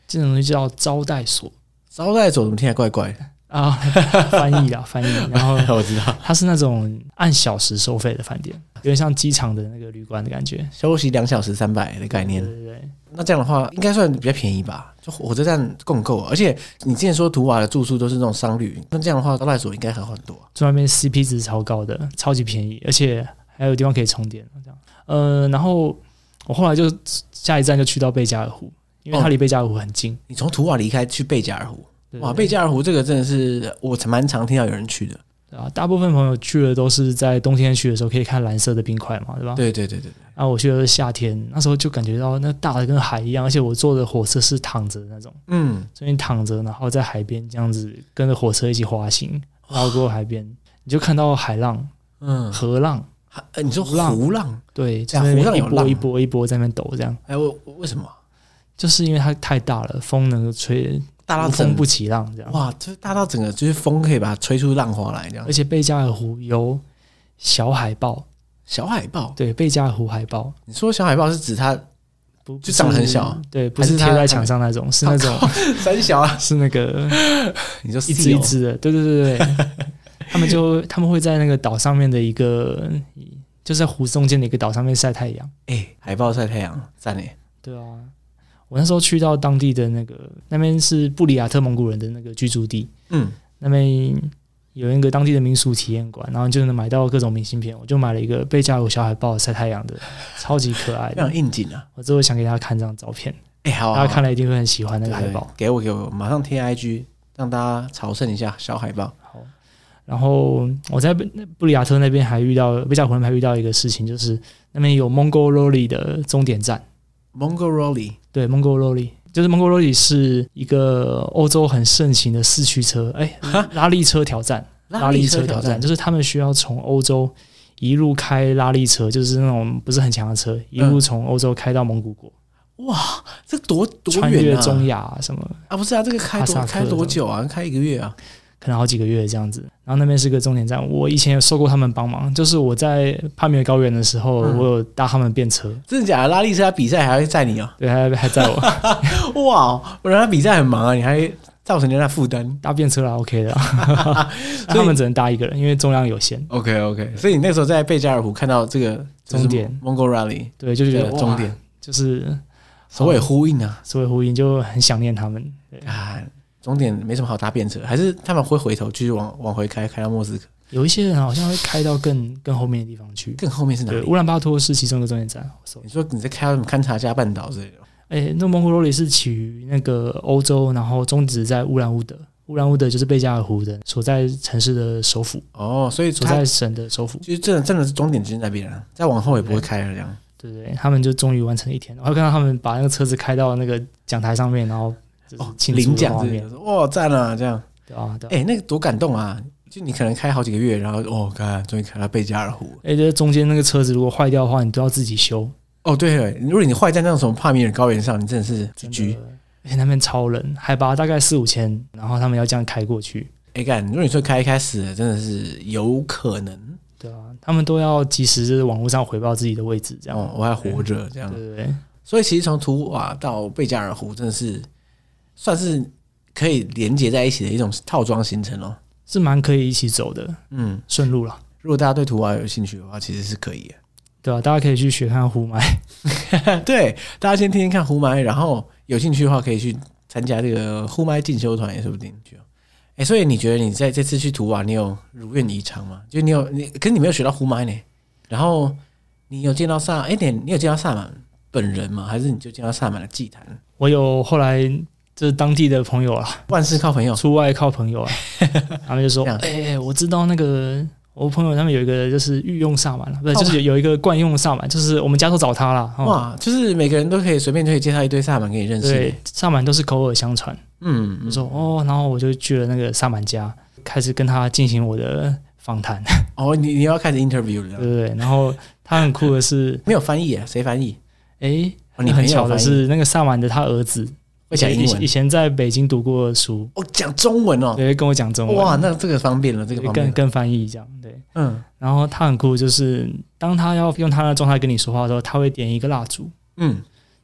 S2: 这种东西叫招待所
S1: 招待所，怎么听起来怪怪的？
S2: 啊，翻译啦，翻译。然后
S1: 我知道，
S2: 它是那种按小时收费的饭店，有点像机场的那个旅馆的感觉。
S1: 休息两小时三百的概
S2: 对
S1: 念。
S2: 对对，
S1: 那这样的话，应该算比较便宜吧？就火车站共购，啊而且你之前说图瓦的住宿都是那种商旅，那这样的话招待所应该好很多啊。
S2: 住那边 CP 值超高的，超级便宜，而且还有地方可以充电，这样。呃，然后我后来就下一站就去到贝加尔湖，因为它离贝加尔湖很近。
S1: 你从图瓦离开去贝加尔湖，
S2: 对
S1: 哇，
S2: 对
S1: 贝加尔湖这个真的是我蛮常听到有人去的。
S2: 对啊，大部分朋友去的都是在冬天去的时候可以看蓝色的冰块嘛，对吧？
S1: 对对对对对，
S2: 然后我去的是夏天，那时候就感觉到那大的跟海一样，而且我坐的火车是躺着的那种。
S1: 嗯，
S2: 所以你躺着，然后在海边这样子跟着火车一起滑行，绕过海边，你就看到海浪、
S1: 嗯，
S2: 河浪，
S1: 呃你说
S2: 湖浪
S1: 湖浪，
S2: 对，
S1: 这
S2: 在
S1: 样
S2: 那
S1: 湖
S2: 边
S1: 浪
S2: 一
S1: 有浪啊
S2: 波一波一波在那边抖，这样，
S1: 哎，我我为什么啊
S2: 就是因为它太大了，风能够吹
S1: 大到
S2: 无
S1: 整
S2: 风
S1: 个
S2: 不起浪这样，
S1: 哇，就是大到整个就是风可以把它吹出浪花来这样
S2: 而。且贝加尔湖有小海豹，
S1: 小海豹，
S2: 对，贝加尔湖海豹。
S1: 你说小海豹是指它
S2: 不
S1: 就长得很小，啊
S2: 不是对，不
S1: 还
S2: 是
S1: 是它啊
S2: 贴在墙上那种，是那种
S1: 三小啊？
S2: 是那个
S1: 你说
S2: 一只一只的，对对对对对，他们就他们会在那个岛上面的一个，就是在湖中间的一个岛上面晒太阳。
S1: 哎、海豹晒太阳，赞哎！
S2: 对啊，我那时候去到当地的那个那边是布里亚特蒙古人的那个居住地，
S1: 嗯，
S2: 那边有一个当地的民俗体验馆，然后就能买到各种明信片。我就买了一个被家有小孩抱着晒太阳的，超级可爱
S1: 非 常
S2: 的。
S1: 应景啊。
S2: 我之后想给大家看这张照片，
S1: 哎、好啊、
S2: 大家看
S1: 了
S2: 了一定会很喜欢那个海报。
S1: 给我给我，马上贴 IG，让大家朝圣一下小海报。
S2: 好，然后我在布布里亚特那边还遇到贝加湖那边还遇到一个事情，就是那边有 Mongololi 的终点站。
S1: Mongo Rolly，
S2: 对，Mongololi 就是 Mongololi 是一个欧洲很盛行的四驱车，哎，拉力车挑战，拉力车挑战，就是他们需要从欧洲一路开拉力车，就是那种不是很强的车，一路从欧洲开到蒙古国，
S1: 哇，这多多
S2: 穿越
S1: 远啊！
S2: 中亚、什么，
S1: 啊，不是啊，这个开
S2: 哈
S1: 多
S2: 萨克
S1: 开多久啊？开一个月啊？
S2: 可能好几个月这样子。然后那边是个终点站，我以前有受过他们帮忙，就是我在帕米尔高原的时候，
S1: 嗯
S2: 我有搭他们便车，
S1: 真的假的？拉力车他比赛还会载你啊？
S2: 对，还 还载我
S1: 哇，我让他比赛很忙啊，你还造成人家负担。
S2: 搭便车啦，OK 的啦，那他们只能搭一个人，因为重量有限。
S1: OK OK，所以你那时候在贝加尔湖看到这个
S2: 终点
S1: Mongo Rally
S2: 对，就觉
S1: 这
S2: 得
S1: 个
S2: 哇
S1: 终点，
S2: 就是
S1: 首尾呼应啊！
S2: 所以呼应，就很想念他们。对，
S1: 啊，终点没什么好搭便车，还是他们会回头继续往往回开，开到莫斯科。
S2: 有一些人好像会开到更更后面的地方去。
S1: 更后面是哪
S2: 对，
S1: 里？
S2: 乌兰巴托是其中一个终点站。我搜
S1: 你说你在开到什么勘察加半岛之类的？
S2: 哎，那蒙古罗里是起于那个欧洲，然后终止在乌兰乌德。乌兰乌德就是贝加尔湖的所在城市的首府，
S1: 哦，所以
S2: 所
S1: 他
S2: 在省的首府。
S1: 就是真的真的是终点就是那边啊，再往后也不会开了这样。
S2: 对对，对他们就终于完成一天了。我还看到他们把那个车子开到那个讲台上面，然后就是
S1: 哦，
S2: 庆祝
S1: 领
S2: 的
S1: 奖
S2: 画
S1: 之类
S2: 面
S1: 的，。哇，赞啊！这样，
S2: 对啊，对啊。
S1: 哎、那个多感动啊！就你可能开好几个月，然后哦，看终于开到贝加尔湖。
S2: 哎，这中间那个车子如果坏掉的话，你都要自己修。
S1: 哦，对了，如果你坏在那种什么帕米尔高原上，你真的是
S2: 真
S1: GG。
S2: 的而且那边超冷，海拔大概四五千，然后他们要这样开过去，
S1: 哎干，如果你说开一开始了真的是有可能
S2: 对啊，他们都要及时就是网络上回报自己的位置，这样，
S1: 哦，我还活着这样
S2: 对。对对，
S1: 所以其实从图瓦到贝加尔湖，真的是算是可以连接在一起的一种套装行程哦。
S2: 是蛮可以一起走的，
S1: 嗯，
S2: 顺路啦，
S1: 如果大家对图瓦有兴趣的话，其实是可以
S2: 对啊，大家可以去学看呼麦，
S1: 的。 对，大家先听听看呼麦，然后有兴趣的话可以去参加这个呼麦进修团，也说不定去哦。哎、所以你觉得你在这次去图瓦，你有如愿以偿吗？就你有你，可是你没有学到呼麦呢。然后你有见到萨，哎、你你有见到萨满本人吗？还是你就见到萨满的祭坛？
S2: 我有后来就是当地的朋友啊，
S1: 万事靠朋友。
S2: 出外靠朋友 啊，他们就说，
S1: 哦这样
S2: 哎、我知道那个。我朋友他们有一个就是御用萨满了，啊不是就是有有一个惯用萨满，就是我们家都找他啦。哦、
S1: 哇，就是每个人都可以随便就可以介绍一堆萨满给你认识。
S2: 对，，萨满都是口耳相传。
S1: 嗯，
S2: 我说哦，然后我就去了那个萨满家，开始跟他进行我的访谈，
S1: 哦，你你要开始 interview
S2: 对
S1: 了，
S2: 不对？然后他很酷的是，
S1: 没有翻译啊？谁翻译？
S2: 诶，
S1: 哦，你
S2: 很
S1: 朋友
S2: 巧的
S1: 翻译
S2: 是，那个萨满的他儿子
S1: 会讲英
S2: 以
S1: 文
S2: 以，前在北京读过书，
S1: 哦，讲中文哦，
S2: 对，跟我讲中文，
S1: 哇，那这个方便了，这个
S2: 对
S1: 方便
S2: 跟
S1: 了，
S2: 跟翻译这样，对。
S1: 嗯
S2: 然后他很酷，就是当他要用他的状态跟你说话的时候，他会点一个蜡烛。
S1: 嗯，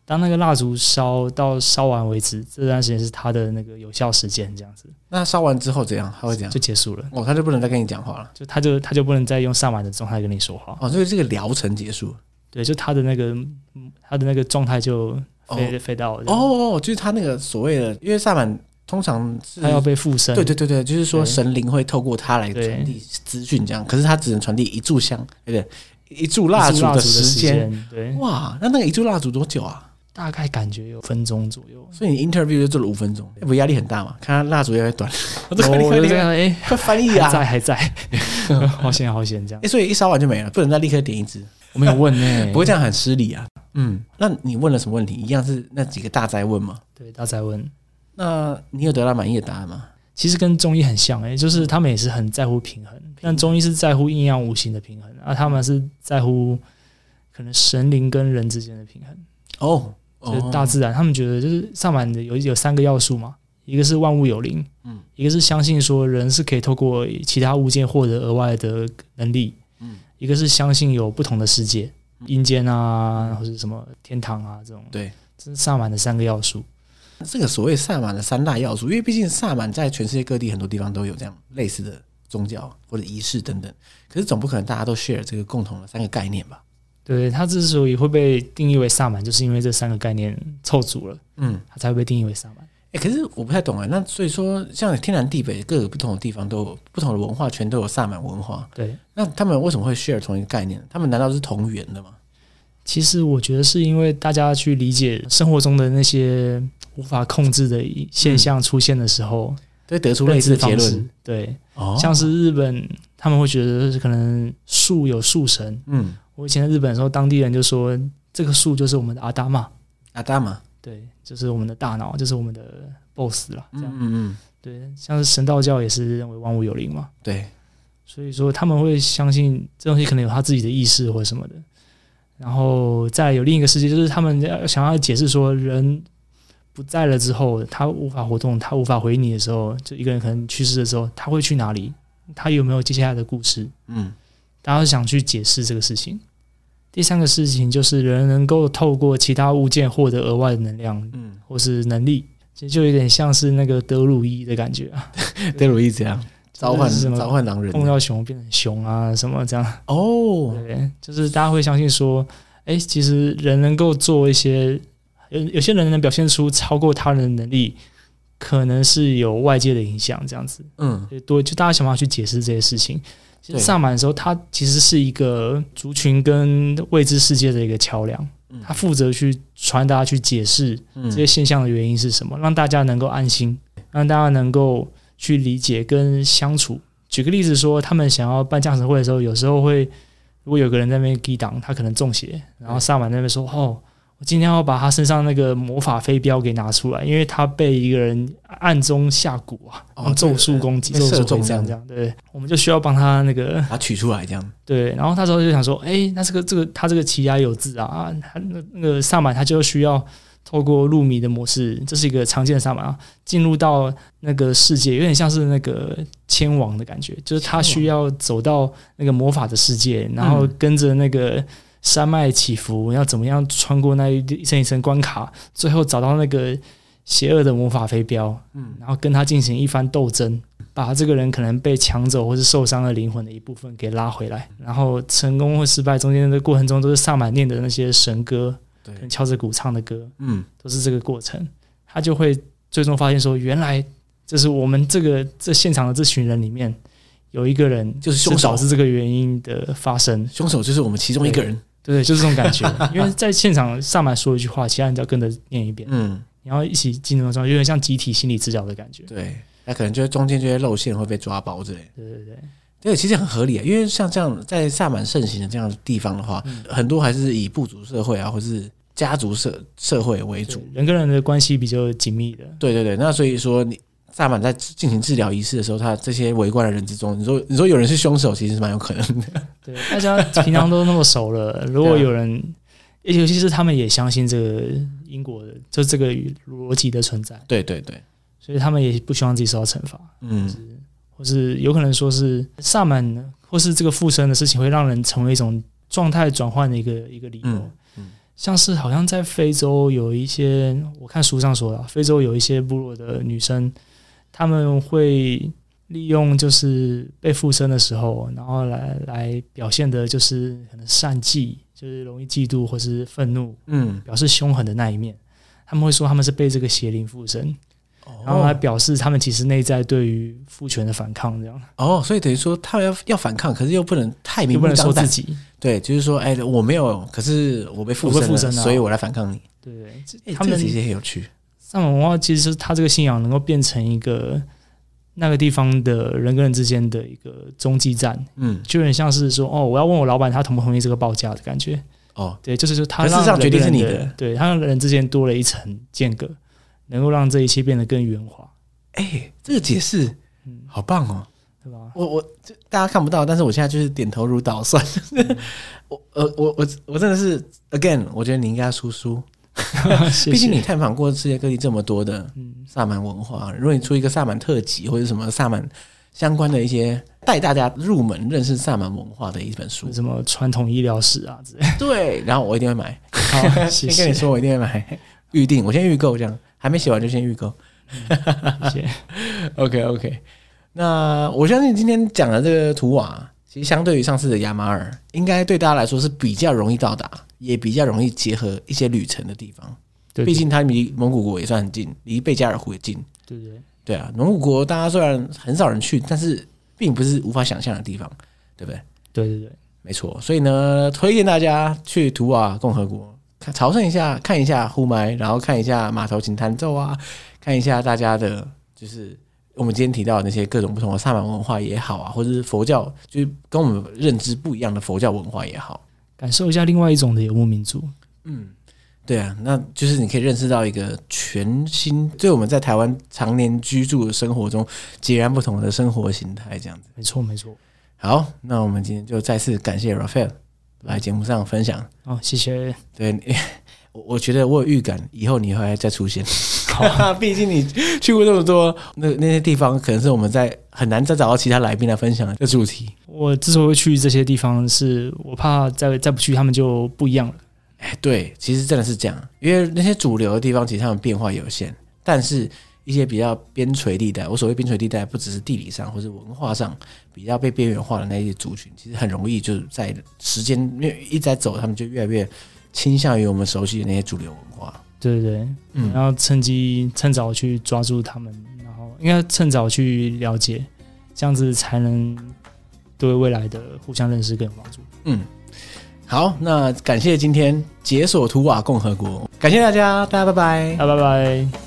S2: 当那个蜡烛烧到烧完为止，这段时间是他的那个有效时间，这样子
S1: 那烧完之后怎样？他会怎样
S2: 就？结束了，
S1: 哦，他就不能再跟你讲话了，
S2: 就他就他就不能再用萨满的状态跟你说话。
S1: 哦，所以这个疗程结束了，
S2: 对，就他的那个嗯他的那个状态就
S1: 哦
S2: 飞飞到了，
S1: 哦，就是他那个所谓的，因为萨满通常是
S2: 他要被附身，
S1: 对对对对，就是说
S2: 对
S1: 神灵会透过他来
S2: 对
S1: 传递资讯，这样，可是他只能传递一炷香，对不对？一炷
S2: 一
S1: 蜡
S2: 支
S1: 烛
S2: 蜡
S1: 的
S2: 烛的
S1: 时间，
S2: 间，对，
S1: 哇，那那个一炷蜡烛多久啊？
S2: 大概感觉有分钟左右。
S1: 所以你 interview 就做了五分钟，不压力很大嘛？看他蜡烛越来越短， 哦我这
S2: 然
S1: 快
S2: 后
S1: 点
S2: 我
S1: 快
S2: 就这
S1: 点
S2: 样，哎，
S1: 快翻译
S2: 还
S1: 啊！
S2: 在还在， 好险好险，这样
S1: 哎，所以一烧完就没了，不能再立刻点一支，
S2: 我没有问呢，
S1: 不过这样很失礼啊。嗯，那你问了什么问题？一样是那几个大灾问吗？
S2: 对大在问，
S1: 那你有得到满意的答案吗？
S2: 其实跟中医很像，哎，
S1: 嗯
S2: 就是他们也是很在乎平衡，但中医是在乎阴阳五行的平衡，
S1: 嗯
S2: 而他们是在乎可能神灵跟人之间的平衡。
S1: 哦，
S2: 就是
S1: 哦，
S2: 大自然，他们觉得就是萨满的有有三个要素嘛，一个是万物有灵，
S1: 嗯，
S2: 一个是相信说人是可以透过其他物件获得额外的能力，
S1: 嗯，
S2: 一个是相信有不同的世界，阴间啊，或者什么天堂啊这种，
S1: 对，
S2: 这是萨满的三个要素。
S1: 这个所谓萨满的三大要素，因为毕竟萨满在全世界各地很多地方都有这样类似的宗教或者仪式等等，可是总不可能大家都 share 这个共同的三个概念吧？
S2: 对，它之所以会被定义为萨满，就是因为这三个概念凑足了，
S1: 嗯，
S2: 它才会被定义为萨满。
S1: 哎、可是我不太懂哎，那所以说，像天南地北各个不同的地方都有不同的文化圈，都有萨满文化，
S2: 对，
S1: 那他们为什么会 share 同一个概念？他们难道是同源的吗？
S2: 其实我觉得是因为大家去理解生活中的那些无法控制的现象出现的时候，
S1: 都会得嗯出类
S2: 认
S1: 似的
S2: 知
S1: 结
S2: 方
S1: 论
S2: 式。对，
S1: 哦，
S2: 像是日本，他们会觉得可能树有树神。
S1: 嗯，
S2: 我以前在日本的时候，当地人就说这个树就是我们的阿达玛，
S1: 阿达玛，
S2: 对，就是我们的大脑，就是我们的 BOSS 啦。这
S1: 嗯
S2: 样、
S1: 嗯嗯，
S2: 对，像是神道教也是认为万物有灵嘛，
S1: 对，
S2: 所以说他们会相信这东西可能有他自己的意识或者什么的。然后再有另一个世界，就是他们要想要解释说人不在了之后，他无法活动，他无法回你的时候，就一个人可能去世的时候，他会去哪里？他有没有接下来的故事？
S1: 嗯
S2: 大家都想去解释这个事情。第三个事情就是人能够透过其他物件获得额外的能量
S1: 嗯，
S2: 或是能力，其实就有点像是那个德鲁伊的感觉啊，
S1: 德鲁伊这样召唤
S2: 就是什么
S1: 召唤狼人
S2: 碰到熊变成熊啊什么这样。
S1: 哦，
S2: 对，就是大家会相信说，哎、其实人能够做一些，有有些人能表现出超过他人的能力，可能是有外界的影响，这样子。
S1: 嗯
S2: 对，多就大家想办法去解释这些事情。其实
S1: 对
S2: 萨满的时候，它其实是一个族群跟未知世界的一个桥梁
S1: 嗯，
S2: 它负责去传达、去解释
S1: 嗯，
S2: 这些现象的原因是什么，让大家能够安心，让大家能够去理解跟相处。举个例子说，他们想要办降神会的时候，有时候会如果有个人在那边抵挡，他可能中邪，然后萨满那边说：“哦，我今天要把他身上那个魔法飞镖给拿出来，因为他被一个人暗中下蛊啊，
S1: 哦
S2: 用咒术攻击，
S1: 被
S2: 咒
S1: 射
S2: 术
S1: 中
S2: 回
S1: 这样
S2: 战这样。对，我们就需要帮他那个
S1: 把它取出来这样，
S2: 对，然后他时候就想说，哎，那这个这个他这个奇牙有字啊啊，他那那个萨满他就需要透过入迷的模式，这是一个常见的萨满啊，进入到那个世界，有点像是那个千王的感觉，就是他需要走到那个魔法的世界，然后
S1: 嗯
S2: 跟着那个山脉起伏，要怎么样穿过那一一层一层关卡，最后找到那个邪恶的魔法飞镖，
S1: 嗯
S2: 然后跟他进行一番斗争，把这个人可能被抢走或是受伤的灵魂的一部分给拉回来，然后成功或失败中间的过程中都是萨满念的那些神歌，
S1: 对
S2: 可能敲着鼓唱的歌，
S1: 嗯
S2: 都是这个过程，他就会最终发现说，原来这是我们这个这现场的这群人里面有一个人
S1: 就是凶手
S2: 导致这个原因的发生，
S1: 凶手就是我们其中一个人，
S2: 对，就是这种感觉， 因为在现场萨满说一句话，其他人就要跟着念一遍，
S1: 嗯，
S2: 然后一起进入状态，有点像集体心理治疗的感觉，
S1: 对，那可能就会中间就会露馅，会被抓包之类的。
S2: 对对对。
S1: 对，其实很合理，因为像这样在萨满盛行的这样的地方的话，
S2: 嗯
S1: 很多还是以部族社会啊，或是家族社社会为主
S2: 对。人跟人的关系比较紧密的。
S1: 对对对，那所以说你萨满在进行治疗仪式的时候，他这些围观的人之中，你说你说有人是凶手，其实是蛮有可能的。
S2: 对，大家平常都那么熟了，如果有人，尤其是他们也相信这个因果的，就这个逻辑的存在，
S1: 对对对，
S2: 所以他们也不希望自己受到惩罚，
S1: 嗯，
S2: 或是有可能说是萨满呢或是这个附身的事情，会让人成为一种状态转换的一个一个理由。
S1: 嗯嗯
S2: 像是好像在非洲有一些，我看书上说了，非洲有一些部落的女生，她们会利用就是被附身的时候，然后来来表现的就是可能善妒，就是容易嫉妒或是愤怒，
S1: 嗯，
S2: 表示凶狠的那一面。他们会说他们是被这个邪灵附身，然后来
S1: 哦
S2: 表示他们其实内在对于父权的反抗，这样
S1: 哦，所以等于说他们要要反抗，可是又不能太
S2: 又
S1: 明
S2: 不
S1: 目
S2: 能说
S1: 张胆
S2: 自。己，
S1: 对，就是说，哎，我没有，可是我被附
S2: 我
S1: 身
S2: 被
S1: 了，
S2: 附身了
S1: 所以我来反抗你。
S2: 对对？
S1: 哎，
S2: 他
S1: 这个
S2: 们
S1: 其实也很有趣。
S2: 萨满文化其实是他这个信仰能够变成一个那个地方的人跟人之间的一个中继站，
S1: 嗯，
S2: 就有点像是说哦，我要问我老板他同不同意这个报价的感觉。
S1: 哦，
S2: 对，就是说他
S1: 可是
S2: 让
S1: 这样决定是
S2: 人跟
S1: 你
S2: 人
S1: 的
S2: 对他让人之间多了一层间隔，能够让这一切变得更圆滑，
S1: 哎，这个解释
S2: 嗯，
S1: 好棒哦。
S2: 对 吧？
S1: 我我这大家看不到，但是我现在就是点头如捣蒜。
S2: 嗯
S1: 我呃我我我真的是 again，我觉得你应该输输，
S2: 谢谢
S1: 毕竟你探访过世界各地这么多的
S2: 嗯，
S1: 萨满文化，如果你出一个萨满特辑或者什么萨满相关的一些带大家入门认识萨满文化的一本 书，
S2: 什么传统医疗史啊之类 的。
S1: 对，然后我一定会买。
S2: 好，谢
S1: 先跟
S2: 谢，
S1: 你
S2: 谢
S1: 说，我一定会买，预定，我先预购这样，还没写完就先 预购。
S2: 谢。
S1: OK OK，那我相信今天讲的这个图瓦，其实相对于上次的亚马尔，应该对大家来说是比较容易到达，也比较容易结合一些旅程的地方。
S2: 对
S1: 毕竟它离蒙古国也算很近，离贝加尔湖也近。
S2: 对对对，
S1: 对啊，蒙古国大家虽然很少人去，但是并不是无法想象的地方，对不对？
S2: 对对对，
S1: 没错，所以呢，推荐大家去图瓦共和国看朝圣一下，看一下呼麦，然后看一下马头琴弹奏啊，看一下大家的，就是我们今天提到的那些各种不同的萨满文化也好啊，或者是佛教，就是跟我们认知不一样的佛教文化也好。
S2: 感受一下另外一种的游牧民族。
S1: 对啊，那就是你可以认识到一个全新，对我们在台湾常年居住的生活中截然不同的生活形态，这样子。
S2: 没错没错，
S1: 好，那我们今天就再次感谢 Raphael 来节目上分享。
S2: 好，谢谢。
S1: 对， 你我我觉得我有预感，以后你会再出现。
S2: 好，
S1: 毕竟你去过那么多那那些地方，可能是我们在很难再找到其他来宾来分享的主题。
S2: 我之所以会去这些地方，是我怕再再不去，他们就不一样了。
S1: 哎，对，其实真的是这样，因为那些主流的地方，其实它们变化有限，但是一些比较边陲地带，我所谓边陲地带，不只是地理上或是文化上比较被边缘化的那些族群，其实很容易就是在时间因为一直在走，他们就越来越倾向于我们熟悉的那些主流文化。
S2: 对对对，
S1: 嗯
S2: 然后趁机趁早去抓住他们，然后应该趁早去了解，这样子才能对未来的互相认识更有帮助。
S1: 嗯，好，那感谢今天解锁图瓦共和国，感谢大家，大家拜拜。
S2: 那拜拜。